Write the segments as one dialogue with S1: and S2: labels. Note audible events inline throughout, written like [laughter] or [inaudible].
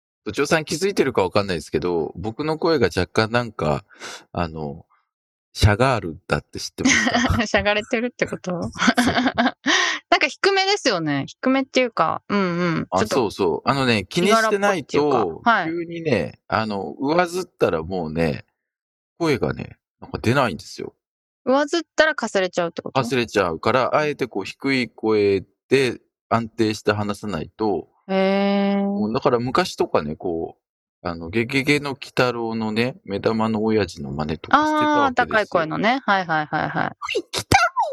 S1: [laughs]
S2: 部長さん気づいてるかわかんないですけど、僕の声が若干なんか、あの、シャガールだって知ってます
S1: [laughs]
S2: か
S1: しゃがれてるってこと [laughs] なんか低めですよね。低めっていうか、うんうん。
S2: あ、
S1: ちょっ
S2: そうそう。あのね、気にしてない
S1: 気柄っぽいってい
S2: と
S1: う、かはい
S2: 急にね、あの、上ずったらもうね、声がね、なんか出ないんですよ。
S1: と、上ずったらかすれちゃうってこと
S2: 忘れちゃうから、あえてこう低い声で安定して話さないと、
S1: へー
S2: もうだから昔とかね、こう、あの、ゲゲゲの鬼太郎のね、目玉の親父の真似とかしてた
S1: あ
S2: わ
S1: あ、
S2: けですよ。
S1: 高い声のね。はいはいはいはい。
S2: 鬼太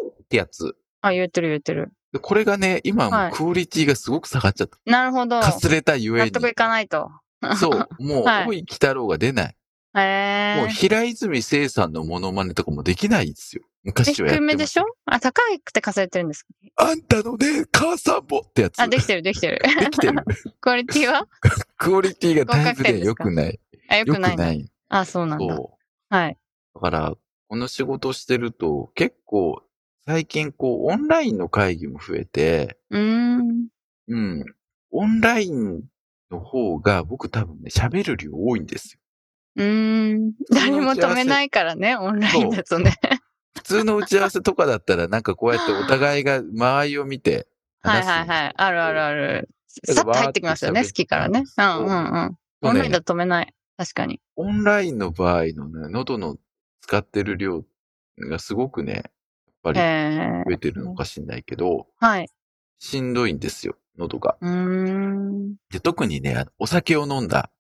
S2: 郎ってやつ。
S1: あ、言ってる言ってる。
S2: でこれがね、今はも
S1: は
S2: う
S1: い
S2: クオリティがすごく下がっちゃった。
S1: なるほど。
S2: かすれたゆえ
S1: 納
S2: に。
S1: 得いかないと。
S2: そう。もう、
S1: はい
S2: おい、鬼太郎が出ない。
S1: へ
S2: もう、
S1: え。
S2: 平泉聖さんのモノマネとかもできないですよ。昔はやっ
S1: 低
S2: てま
S1: め
S2: した
S1: でしょあ、高くてかすれてるんですか
S2: あんたのね、母さんもってやつ。
S1: あ、できてるできてる。
S2: [laughs]
S1: [laughs]
S2: できてる。
S1: クオリティは
S2: クオリティがだいぶ
S1: 合格点
S2: ね、
S1: です
S2: 良
S1: か
S2: くない。
S1: あ、よ
S2: 良く
S1: くないの。
S2: ない。
S1: あ、そうなんだ。
S2: そう。
S1: はい。
S2: だから、この仕事してると、結構、最近こう、オンラインの会議も増えて、
S1: うーん。
S2: うん。オンラインの方が、僕多分ね、喋る量多いんですよ。
S1: うーん。誰も止めないからね、オンラインだとね。
S2: 普通の打ち合わせとかだったら、なんかこうやってお互いが周りを見て
S1: はい
S2: 話す、
S1: はいはい。あるあるある。
S2: そう
S1: さっと入ってきますよね、
S2: わー
S1: 好
S2: っ
S1: き
S2: て
S1: からね。うん
S2: そう
S1: うんうん。
S2: そ
S1: オ
S2: う
S1: ン
S2: ね
S1: ラインだと止めない。確かに。
S2: オンラインの場合のね、喉の使ってる量がすごくね、やっぱり
S1: へ
S2: 増
S1: え。
S2: えてるのかしんないけど、
S1: はい。
S2: しんどいんですよ、喉が。
S1: うーん。
S2: で、特にね、あのお酒を飲んだ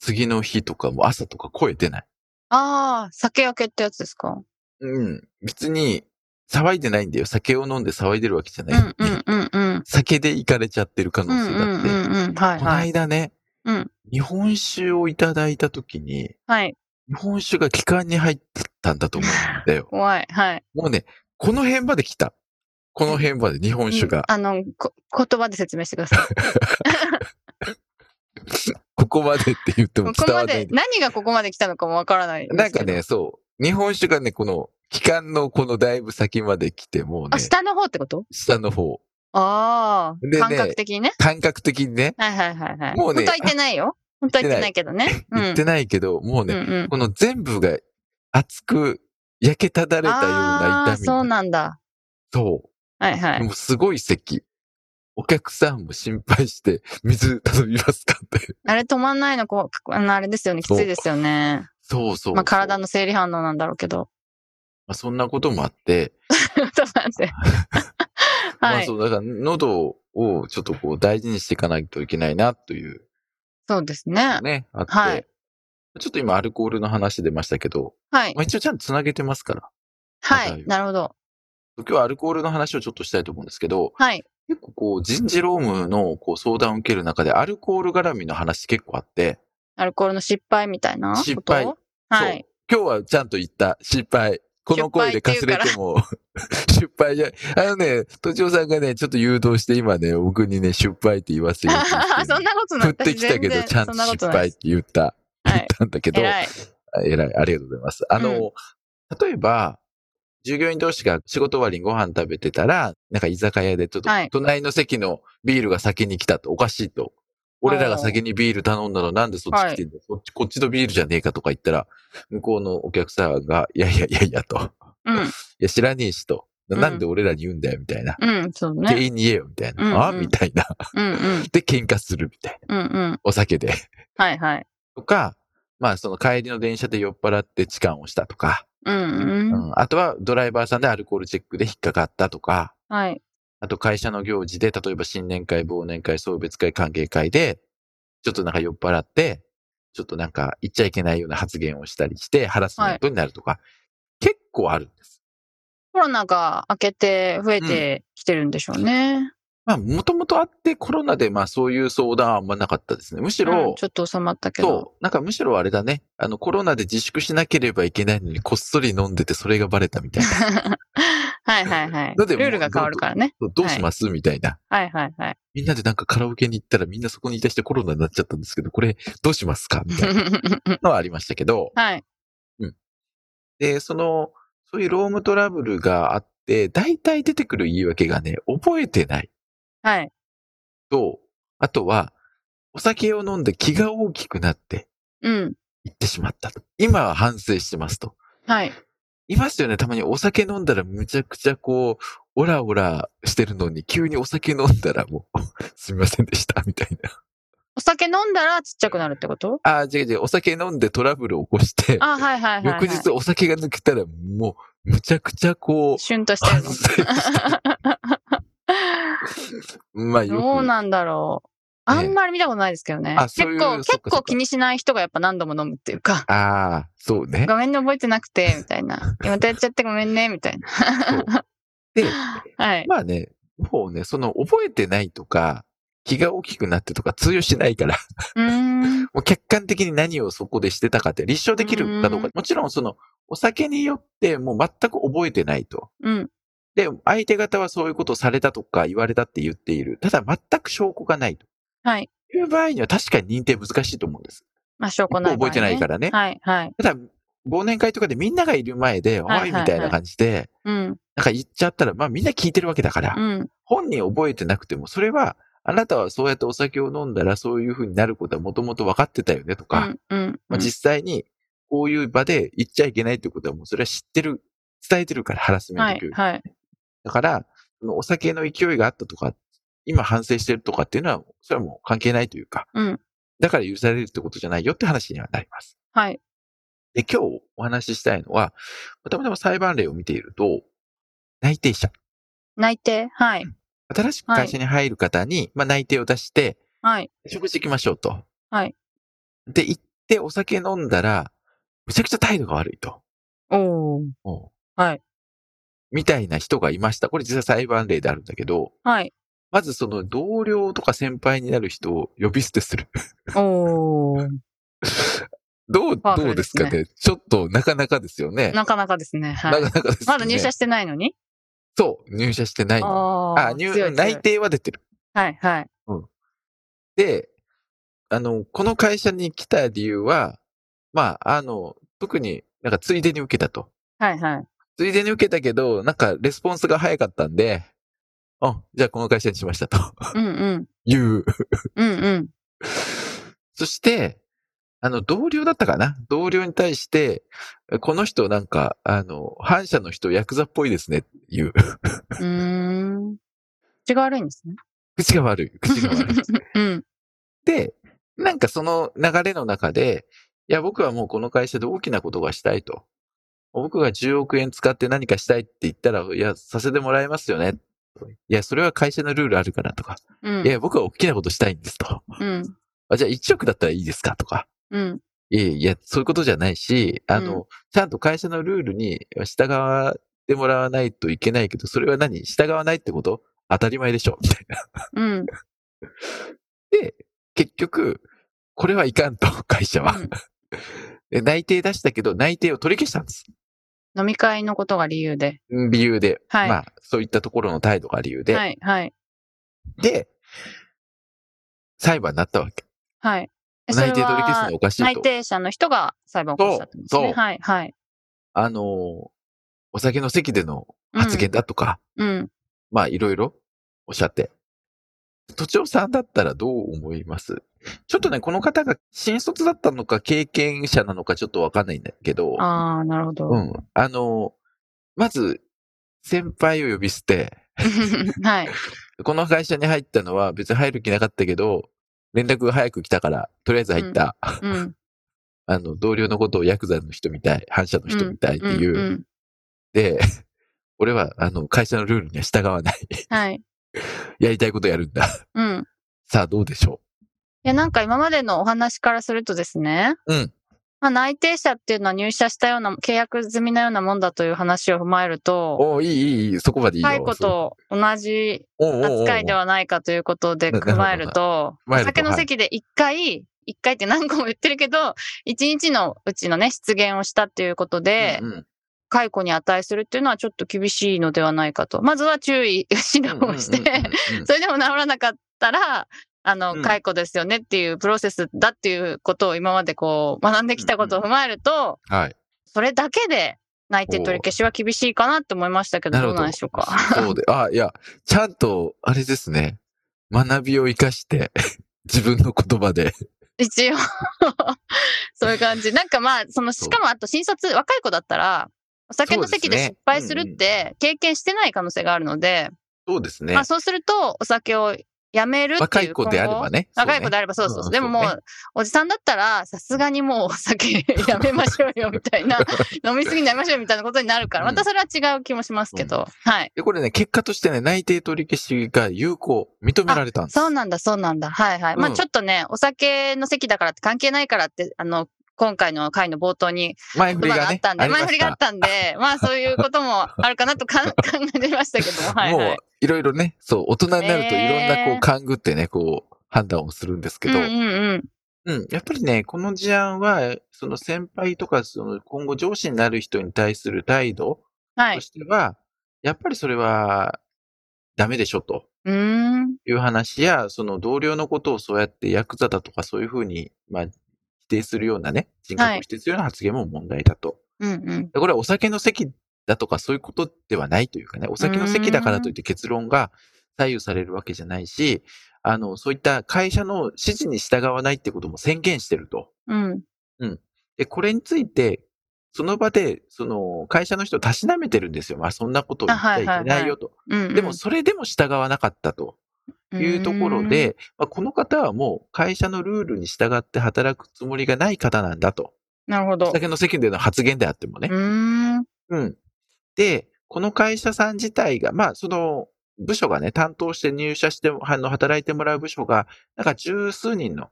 S2: 次の日とかも朝とか声出ない。
S1: ああ、酒焼けってやつですか
S2: うん。別に騒いでないんだよ。酒を飲んで騒いでるわけじゃ
S1: う
S2: ないのに
S1: んうんうんうん。
S2: 酒で行かれちゃってる可
S1: う
S2: 能
S1: ん
S2: 性
S1: う
S2: だっ
S1: ん
S2: て。
S1: うんうん。はい
S2: この
S1: はい。
S2: 間ね、
S1: うん
S2: 日本酒をいただいた時に、
S1: はい。。
S2: 日本酒が気管に入ってたんだと思うんだよ
S1: [laughs] 怖い。はい。
S2: もうね、この辺まで来た。この辺まで日本酒
S1: うん
S2: が、
S1: あの、こ言葉で説明してください。
S2: ここま [laughs] でって言っても
S1: ここ
S2: 伝わ
S1: ま
S2: らない
S1: で、
S2: んで。
S1: 何がここまで来たのかもわからないですけど。
S2: なんかね、そう。日本酒がね、この、気管のこのだいぶ先まで来て、もうね
S1: あ、、下の方ってこと
S2: 下の方。
S1: ああ、
S2: でね
S1: 感覚的にね。
S2: 感覚的にね、
S1: はいはいはいはい。
S2: もうね
S1: 本当は言ってないよ。本当は言ってないけどね。うん。
S2: [laughs] 言ってないけど、もう
S1: う
S2: ね、
S1: んうん。
S2: この全部が熱く焼けただれたような
S1: ああー、
S2: 痛み。
S1: そうなんだ。
S2: そ
S1: はいは
S2: う。
S1: い。
S2: もうすごい咳。お客さんも心配
S1: [laughs]
S2: して、水頼みますかって。
S1: あれ止まんないの、こう、あの、あれですよね。きついですよね。
S2: そうそうそう。
S1: まあ、体
S2: ま
S1: の生理反応なんだろうけど。 [laughs]
S2: あそんなこともあって、
S1: ちょっと待
S2: [laughs]
S1: って。
S2: ま
S1: は
S2: あ
S1: い。
S2: そ
S1: そう
S2: う、だから喉をちょっとこう大事にしていかないといけないなという
S1: ですね。
S2: ね、あって、
S1: はい
S2: ちょっと今アルコールの話出ましたけど、
S1: はい。
S2: まあ、一応ちゃんと繋げてますから、
S1: はい。なるほど。
S2: 今日はアルコールの話をちょっとしたいと思うんですけど、
S1: はい。
S2: 結構こう人事労務のこう相談を受ける中でアルコール絡みの話結構あって、
S1: アルコールの失敗みたいなこと
S2: 失敗
S1: は
S2: そう
S1: い。
S2: 今日はちゃんと言った失敗。この声でかすれても、失敗じゃ、あのね、とちおさんがね、ちょっと誘導して今ね、僕にね、失敗って言わせようとしてね
S1: [laughs] そんなことない。
S2: 振ってきたけど、ちゃんと失敗っ
S1: って
S2: 言った。
S1: は
S2: 言
S1: い
S2: ったんだけど、
S1: て偉い。
S2: えらい、ありがとうございます。あの、
S1: う
S2: 例えば、従業員同士が仕事終わりにご飯食べてたら、なんか居酒屋でちょっと
S1: はい、
S2: 隣の席のビールが先に来たとおかしいと。俺らが先にビール頼んだのなんでそっち来てんだ、こっち、こっちのビールじゃねえかとか言ったら、向こうのお客さんが、いやいやいやいやと。
S1: うん。
S2: いや、知らねえしと。な
S1: うん
S2: なんで俺らに言うんだよ、みたいな。
S1: うん。そうね。
S2: 店員に言えよ、みたいな。
S1: うんうん
S2: あみたいな。
S1: うんうん。
S2: で、喧嘩する、みたいな。
S1: うんうん。
S2: お酒で。
S1: はいはい。
S2: とか、まあ、その帰りの電車で酔っ払って痴漢をしたとか、
S1: うん
S2: う
S1: うん。
S2: ん、あとはドライバーさんでアルコールチェックで引っかかったとか、
S1: はい。
S2: あと会社の行事で、例えば新年会、忘年会、送別会、歓迎会で、ちょっとなんか酔っ払って、ちょっとなんか言っちゃいけないような発言をしたりして、ハラスメントになるとか、結構あるんです。
S1: コロナが明けて増えてきてるんでしょうね。
S2: まあ、もともとあってコロナでまあそういう相談はあんまなかったですね。むしろ、
S1: うんちょっと収まったけど。
S2: そう、なんかむしろあれだね。あのコロナで自粛しなければいけないのにこっそり飲んでてそれがバレたみたい
S1: [laughs]
S2: な。
S1: はいはいはい。
S2: だって
S1: ルールが変わるからね。
S2: そうどうします、みたいな。
S1: はいはいはい。
S2: みんなでなんかカラオケに行ったらみんなそこにいたしてコロナになっちゃったんですけど、これどうしますかみたいなのはありましたけ
S1: [laughs]
S2: ど。
S1: はい。
S2: で、その、そういうロームトラブルがあって、大体出てくる言い訳がね、覚えてない
S1: はい。
S2: と、あとは、お酒を飲んで気が大きくなって
S1: うん。
S2: 行ってしまったと。今は反省してますと。
S1: はい。
S2: いますよね、たまにお酒飲んだらむちゃくちゃこう、オラオラしてるのに、急にお酒飲んだらもう、 [laughs] すみませんでした、みたいな。
S1: お酒飲んだらちっちゃくなるってこと
S2: ああ、違う違う、お酒飲んでトラブル起こして、
S1: あ、はいはいはい、はい。
S2: 翌日お酒が抜けたらもう、むちゃくちゃこ
S1: [laughs]
S2: う、
S1: シュンとして
S2: 反 [laughs]
S1: る
S2: 省まあよ
S1: の。どう
S2: く、
S1: なんだろう。あんまり見たことないですけどね。
S2: あ
S1: 結
S2: そういう
S1: 構、
S2: そ
S1: 結
S2: っかそっ
S1: 構
S2: か
S1: 気にしない人がやっぱ何度も飲むっていうか、
S2: ああ、そうね。
S1: 画面で覚えてなくて、みた
S2: [laughs]
S1: いな。またやっちゃってごめんね、みたいな。
S2: そうで、
S1: はい。
S2: まあね、もうね、その覚えてないとか、気が大きくなってとか通用しないから、 [laughs]
S1: うーん。
S2: もう客観的に何をそこでしてたかって立証できるかどう
S1: う
S2: か。もちろんその、お酒によってもう全く覚えてないと。
S1: うん。
S2: で、相手方はそういうことをされたとか言われたって言っている。ただ全く証拠がないと。
S1: はい。
S2: いう場合には確かに認定難しいと思うんです。
S1: まあ、証拠ない、
S2: 一個覚えてないからね
S1: はい、はい。
S2: ただ、忘年会とかでみんながいる前で、お
S1: はいはい
S2: い
S1: はい
S2: みたいな感じで、
S1: うん。
S2: なんか言っちゃったら、まあみんな聞いてるわけだから
S1: う、ん。
S2: 本人覚えてなくても、それは、あなたはそうやってお酒を飲んだらそういう風になることはもともと分かってたよねと
S1: う
S2: か、
S1: ん。うん。
S2: まあ、実際にこういう場で言っちゃいけないってことはもうそれは知ってる、伝えてるからハラスメ
S1: は
S2: ント
S1: い
S2: 級、。
S1: はい。
S2: だから、そのお酒の勢いがあったとか、今反省してるとかっていうのは、それはもう関係ないというか、
S1: うん
S2: だから許されるってことじゃないよって話にはなります。
S1: はい。
S2: で、今日お話ししたいのは、たまたま裁判例を見ていると、内定者。
S1: 内定はい。
S2: 新しく会社に入る方に、まあ、内定を出して、
S1: はい。
S2: 食事行きましょうと。
S1: はい。
S2: で、行ってお酒飲んだら、むちゃくちゃ態度が悪いと。
S1: おー。
S2: おう
S1: はい。
S2: みたいな人がいました。これ実際裁判例であるんだけど、
S1: はい。
S2: まずその同僚とか先輩になる人を呼び捨てする。 [laughs]
S1: おー。
S2: どう、
S1: パワフ
S2: ど
S1: ル
S2: うで
S1: で
S2: すす
S1: ね
S2: かね。ちょっとなかなかですよね。
S1: [laughs] なかなかですね。はい。
S2: なかなかですよね。
S1: まだ入社してないのに
S2: そう、入社してないの。
S1: あー
S2: あ、入、内。定は出てる。
S1: はいはい。
S2: で、あの、この会社に来た理由は、まあ、あの、特になんかついでに受けたと。
S1: はいはい。
S2: ついでに受けたけど、なんかレスポンスが早かったんで、あ、じゃあこの会社にしましたと [laughs]
S1: うんうん。
S2: いう。
S1: うんうん。
S2: そして、あの、同僚だったかな同僚に対して、この人なんか、あの、反社の人ヤクザっぽいですね、いう。 [laughs]
S1: うーん。口が悪いんですね。
S2: 口が悪い、口が悪い。
S1: [laughs] うん。
S2: で、なんかその流れの中で、いや、僕はもうこの会社で大きなことがしたいと。僕が10億円使って何かしたいって言ったら、いや、させてもらいますよね。いや、それは会社のルールあるからとか。
S1: う
S2: い
S1: ん。
S2: や、僕は大きなことしたいんですと。
S1: うん。
S2: あじゃあ1億だったらいいですかとか。
S1: うん。
S2: いやいや、そういうことじゃないし、あの、
S1: う
S2: ちゃんと会社のルールに従ってもらわないといけないけど、それは何従わないってこと当たり前でしょ [laughs] みたいな。
S1: うん。
S2: で、結局、これはいかんと、会社は。
S1: うん
S2: [laughs] で内定出したけど、内定を取り消したんです。
S1: 飲み会のことが理由で。
S2: 理由で。
S1: はい
S2: まあ、そういったところの態度が理由で。
S1: はいはい。
S2: で、裁判になったわけ。
S1: はい。えそれ
S2: 内
S1: は
S2: 定取り消すのはおかしい
S1: 内
S2: と。
S1: 定者の人が裁判を起こしたってことです
S2: そ
S1: ね。
S2: う
S1: はいはい。
S2: あのー、お酒の席での
S1: うん
S2: 発言だとか、
S1: うん。
S2: まあ、いろいろおっしゃって。都庁さんだったらどう思いますちょっとね、この方が新卒だったのか経験者なのかちょっとわかんないんだけど、
S1: ああ、なるほど。
S2: う
S1: は
S2: ん。あの、まず、先輩を呼び捨て、
S1: [laughs] い。
S2: この会社に入ったのは別に入る気なかったけど、連絡が早く来たから、とりあえず入った。
S1: うん。
S2: あの、同僚のことをヤクザの人みたい、反社の人みたいって
S1: うん
S2: いう。
S1: うん。
S2: で、俺は、あの、会社のルールには従わない。
S1: はい。
S2: やりたいことやるんだ。
S1: うん。
S2: さあ、どうでしょ
S1: いや、なんか今までのお話からするとですね。
S2: うん
S1: まあ、内定者っていうのは入社したような、契約済みなようなもんだという話を踏まえると、
S2: おういい、いい、いい、そこまでいいよ。
S1: 解雇と同じ
S2: そう、おうおうおう
S1: 扱いではないかということで
S2: ななるほど
S1: 加えると、
S2: 加えると
S1: お酒の席で一回、一回って何個も言ってるけど、一日のうちのね、失言をしたっていうことで
S2: う、んうん
S1: 解雇に値するっていうのはちょっと厳しいのではないかと。まずは注意、指導をし
S2: うんうん
S1: て、
S2: うんうん
S1: [laughs] それでも治らなかったら、あの、
S2: うん
S1: 解雇ですよねっていうプロセスだっていうことを今までこう学んできたことを踏まえると、
S2: はい。
S1: それだけで内定取り消しは厳しいかなって思いましたけど、
S2: なる
S1: ど
S2: ほ
S1: う
S2: ど。
S1: なんでしょうか。 [laughs]
S2: そうで、あ、いや、ちゃんと、あれですね。学びを生かして、 [laughs] 自分の言葉で。
S1: 一応、 [laughs] そういう感じ。なんかまあ、その、
S2: そう
S1: しかもあと新卒、若い子だったら、お酒の
S2: そ
S1: 席で
S2: うですね
S1: 失敗するって経験してない可能性があるので、
S2: そうですね
S1: まあそうするとお酒をやめるっていう
S2: 若い子であれ
S1: 今後
S2: ばね。
S1: 若い子で
S2: あ
S1: あればそうそう
S2: うん
S1: そう。でもも
S2: そう
S1: う、おじさんだったら、さすがにもうお酒 [laughs] やめましょうよ、みた
S2: [laughs]
S1: いな。飲みすぎになりましょうみたいなことになるから、
S2: うん
S1: またそれは違う気もしますけど。はい。
S2: で、これね、結果としてね、内定取り消しが有効、認められたんです。
S1: そうなんだ、そうなんだ。はいはい。ま
S2: う
S1: あ
S2: ん
S1: ちょっとね、お酒の席だからって関係ないからって、あの、今回の回の冒頭に
S2: 前振
S1: 言
S2: り
S1: 葉
S2: が
S1: があ
S2: ね
S1: っ。たんで、
S2: りま
S1: 前
S2: した
S1: 振りがあった
S2: [laughs]
S1: んで、まあそういうこともあるかなとかん [laughs] 考えましたけども、はいは
S2: もう
S1: い。、
S2: いろいろね、そう、大人になるといろんな、こ
S1: ね
S2: う、
S1: ー
S2: 勘ぐってね、こう、判断をするんですけ
S1: うん
S2: ど、
S1: うんうん。
S2: うん、やっぱりね、この事案は、その先輩とか、その今後上司になる人に対する態度
S1: は
S2: と
S1: い。
S2: しては、やっぱりそれはダメでしょと
S1: うーん。
S2: いう話や、その同僚のことをそうやってヤクザだとかそういうふうに、まあ、否定するようなね、人格を否定するような発言も問題だと。
S1: うんうん。
S2: でこれはお酒の席だとかそういうことではないというかね、お酒の席だからといって結論が左右されるわけじゃないし、あの、そういった会社の指示に従わないってことも宣言してると。
S1: うん。
S2: で、これについて、その場で、その、会社の人をたしなめてるんですよ。まあ、そんなことを言っちゃいけないよと。
S1: うんうん。
S2: でも、それでも従わなかったというところで、まあ、この方はもう会社のルールに従って働くつもりがない方なんだと。
S1: うん、なるほ
S2: お
S1: ど。
S2: 酒の席での発言であってもね
S1: う。ーん。
S2: うん。で、この会社さん自体が、まあ、その、部署がね、担当して入社して、あの、働いてもらう部署が、なんか十数人の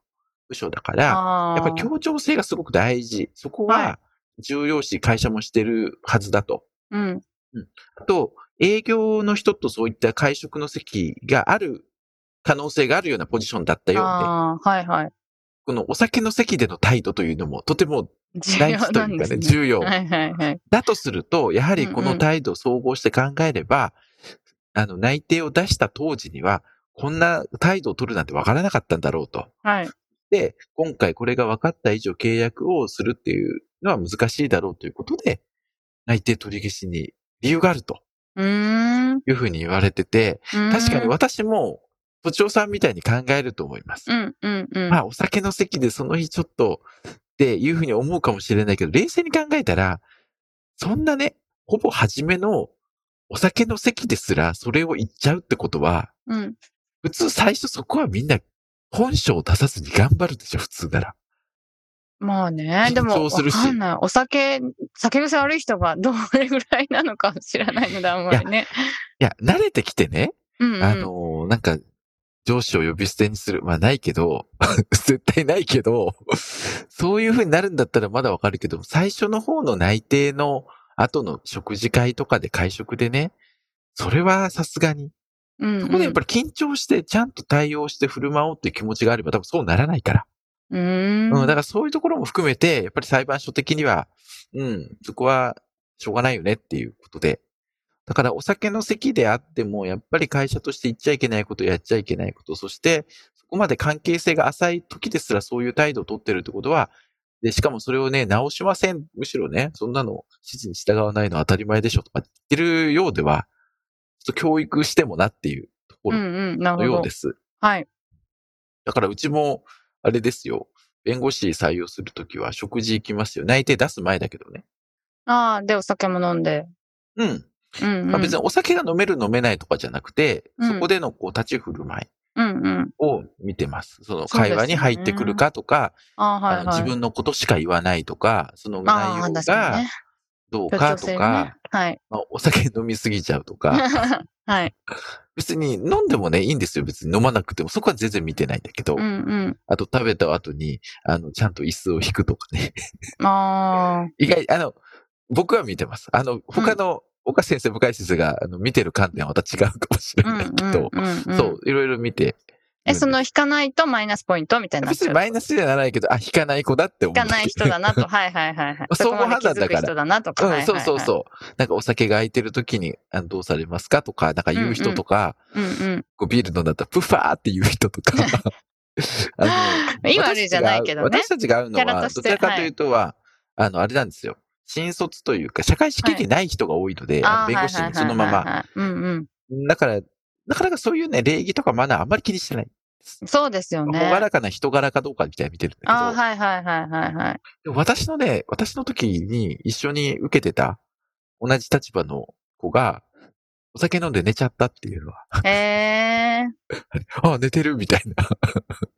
S2: 部署だから、
S1: あ
S2: やっぱり
S1: ー
S2: 協調性がすごく大事。そこは
S1: は
S2: 重要視、会社もしてるはずだと。
S1: うん。
S2: あと、営業の人とそういった会食の席がある可能性があるようなポジションだったようで、
S1: ああ、はいはい。
S2: このお酒の席での態度というのもとても
S1: 重
S2: 大事というかね、重要。
S1: はいはいはい。
S2: だとすると、やはりこ
S1: うん
S2: の
S1: うん
S2: 態度を総合して考えれば、あの、内定を出した当時には、こんな態度を取るなんてわからなかったんだろうと。
S1: はい。
S2: で、今回これが分かった以上契約をするっていうのは難しいだろうということで、内定取り消しに理由があると
S1: うーん。
S2: いうふうに言われてて、確
S1: 確
S2: かに私も、都庁さんみたいに考えると思います
S1: う。んうんうん。
S2: まあ、お酒の席でその日ちょっと、っていうふうに思うかもしれないけど、冷静に考えたら、そんなね、ほぼ初めのお酒の席ですら、それを言っちゃうってことは、
S1: うん。
S2: 普通最初そこはみんな本性を出さずに頑張るでしょ、普通なら。
S1: まあね、でも、
S2: 緊張
S1: わ
S2: するし
S1: かんない。お酒、酒癖悪い人が [laughs] どれぐらいなのか知らないので、あんまりね。
S2: いや、慣れてきてね、
S1: うんうん。
S2: あのーなんか、上司を呼び捨てにする。まあ、ないけど、 [laughs] 絶対ないけど、そういう風になるんだったらまだわかるけど、最初の方の内定の後の食事会とかで会食でね、それはさすがに。
S1: うんうん、
S2: そこでやっぱり緊張して、ちゃんと対応して振る舞おうっていう気持ちがあれば、多分そうならないから。
S1: うー
S2: う
S1: ん。
S2: ん、だからそういうところも含めて、やっぱり裁判所的には、うん、そこはしょうがないよねっていうことで。だからお酒の席であっても、やっぱり会社として言っちゃいけないこと、やっちゃいけないこと、そして、そこまで関係性が浅い時ですらそういう態度を取ってるってことは、で、しかもそれをね、直しません。むしろね、そんなの指示に従わないのは当たり前でしょとか言ってるようでは、ちょっと教育してもなっていうとこ
S1: う
S2: ろ
S1: んうん、な
S2: の
S1: る
S2: よ
S1: ほ
S2: う
S1: ど
S2: で。す。
S1: はい。
S2: だからうちも、あれですよ。弁護士採用するときは食事行きますよ。内定出す前だけどね。
S1: ああ、で、お酒も飲んで。
S2: うん。
S1: うん、
S2: ま
S1: う
S2: あ
S1: ん。
S2: 別にお酒が飲める飲めないとかじゃなくて、
S1: うん
S2: そこでのこう立ち振る舞い
S1: うんうん。
S2: を見てます。その
S1: そうです
S2: 会
S1: よね
S2: 話に入ってくるかとか、
S1: ああ、はい
S2: あ
S1: は
S2: の
S1: い。
S2: 自分のことしか言わないとか、その
S1: ああ、
S2: 内容
S1: 判断する
S2: が
S1: ね。
S2: どう
S1: 協
S2: か
S1: 調
S2: と
S1: 性
S2: か、
S1: ね。はい。
S2: まあ、お酒飲みすぎちゃうとか、
S1: [laughs] はい。
S2: 別に飲んでもね、いいんですよ。別に飲まなくても。そこは全然見てないんだけど、
S1: うんうん。
S2: あと食べた後に、あの、ちゃんと椅子を引くとかね。
S1: あ
S2: 意外、あの、僕は見てます。あの、他の岡先生、向井先生があの見てる観点はまた違うかもしれ
S1: あ。うん
S2: な
S1: う
S2: いけど、
S1: んうんうん。
S2: そう、いろいろ見て。
S1: え、その引かないとマイナスポイントみたいになっ
S2: 別
S1: ちゃ
S2: に
S1: う。
S2: マイナスにはならないけど、あ、引かない子だって思
S1: 引
S2: う。
S1: かない人だなと。はいはいはい
S2: [laughs]
S1: はい。
S2: 相
S1: そこ
S2: 互
S1: ま
S2: 判
S1: で気
S2: 断だ
S1: づ
S2: か
S1: く
S2: ら
S1: 人だなとか。
S2: [laughs] うん、そうそうそう。なんかお酒が空いてる時に、あのどうされますかとか、なんか言う人とか、
S1: う。うん
S2: こうビール飲んだったら、プファーって言う人と
S1: [laughs]
S2: か。 [laughs] あ
S1: うん。 [laughs] 今あれじゃないけどね
S2: 私。たちが会うの
S1: キャラ
S2: は、
S1: として
S2: どちらかというとは、あの、あれなんですよ。新卒というか、社会史経験ない人が多いので、あの
S1: ー
S2: 弁護士にそのま。
S1: はいはい
S2: ま。
S1: はいはいうんうん。
S2: だから、なかなかそういうね、礼儀とかマナーあんまり気にしてない。
S1: そうですよ
S2: 朗
S1: ね。
S2: らかな人柄かどうかみたいに見てるんだけど。
S1: ああ、はいはいはいはいはい。
S2: でも私のね、私の時に一緒に受けてた同じ立場の子が、お酒飲んで寝ちゃったっていうのは、
S1: へ
S2: ああ、寝てるみたいな。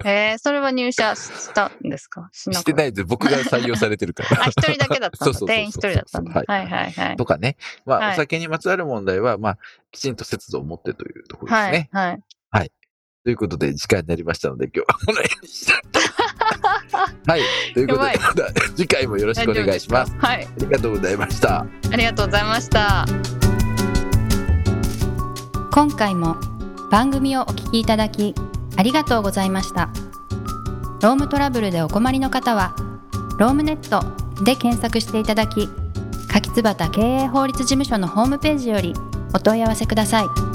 S1: え。へえ、それは入社したんですかしなか
S2: し
S1: っ
S2: て
S1: た
S2: ないで僕が採用されてるから。
S1: [laughs] あ、一人だけだった
S2: [laughs] そ
S1: ん
S2: うそうそ
S1: だ。
S2: うそう
S1: 店員一人だったんだ。
S2: は
S1: はいいはいはい。
S2: とかね。まあ、
S1: はい
S2: お酒にまつわる問題は、まあ、きちんと節度を持ってというところです
S1: は
S2: ね。
S1: いはい。
S2: ということで、時間になりましたので、今日はこの辺にしたいと
S1: [laughs]
S2: はい。ということ
S1: や
S2: で、
S1: ばい
S2: また次回もよろしくお願いします。
S1: 大丈夫ですかはい。
S2: ありがとうございました。
S1: ありがとうございました。
S3: 今回も番組をお聞きいただきありがとうございましたロームトラブルでお困りの方は「ロームネット」で検索していただき柿椿経営法律事務所のホームページよりお問い合わせください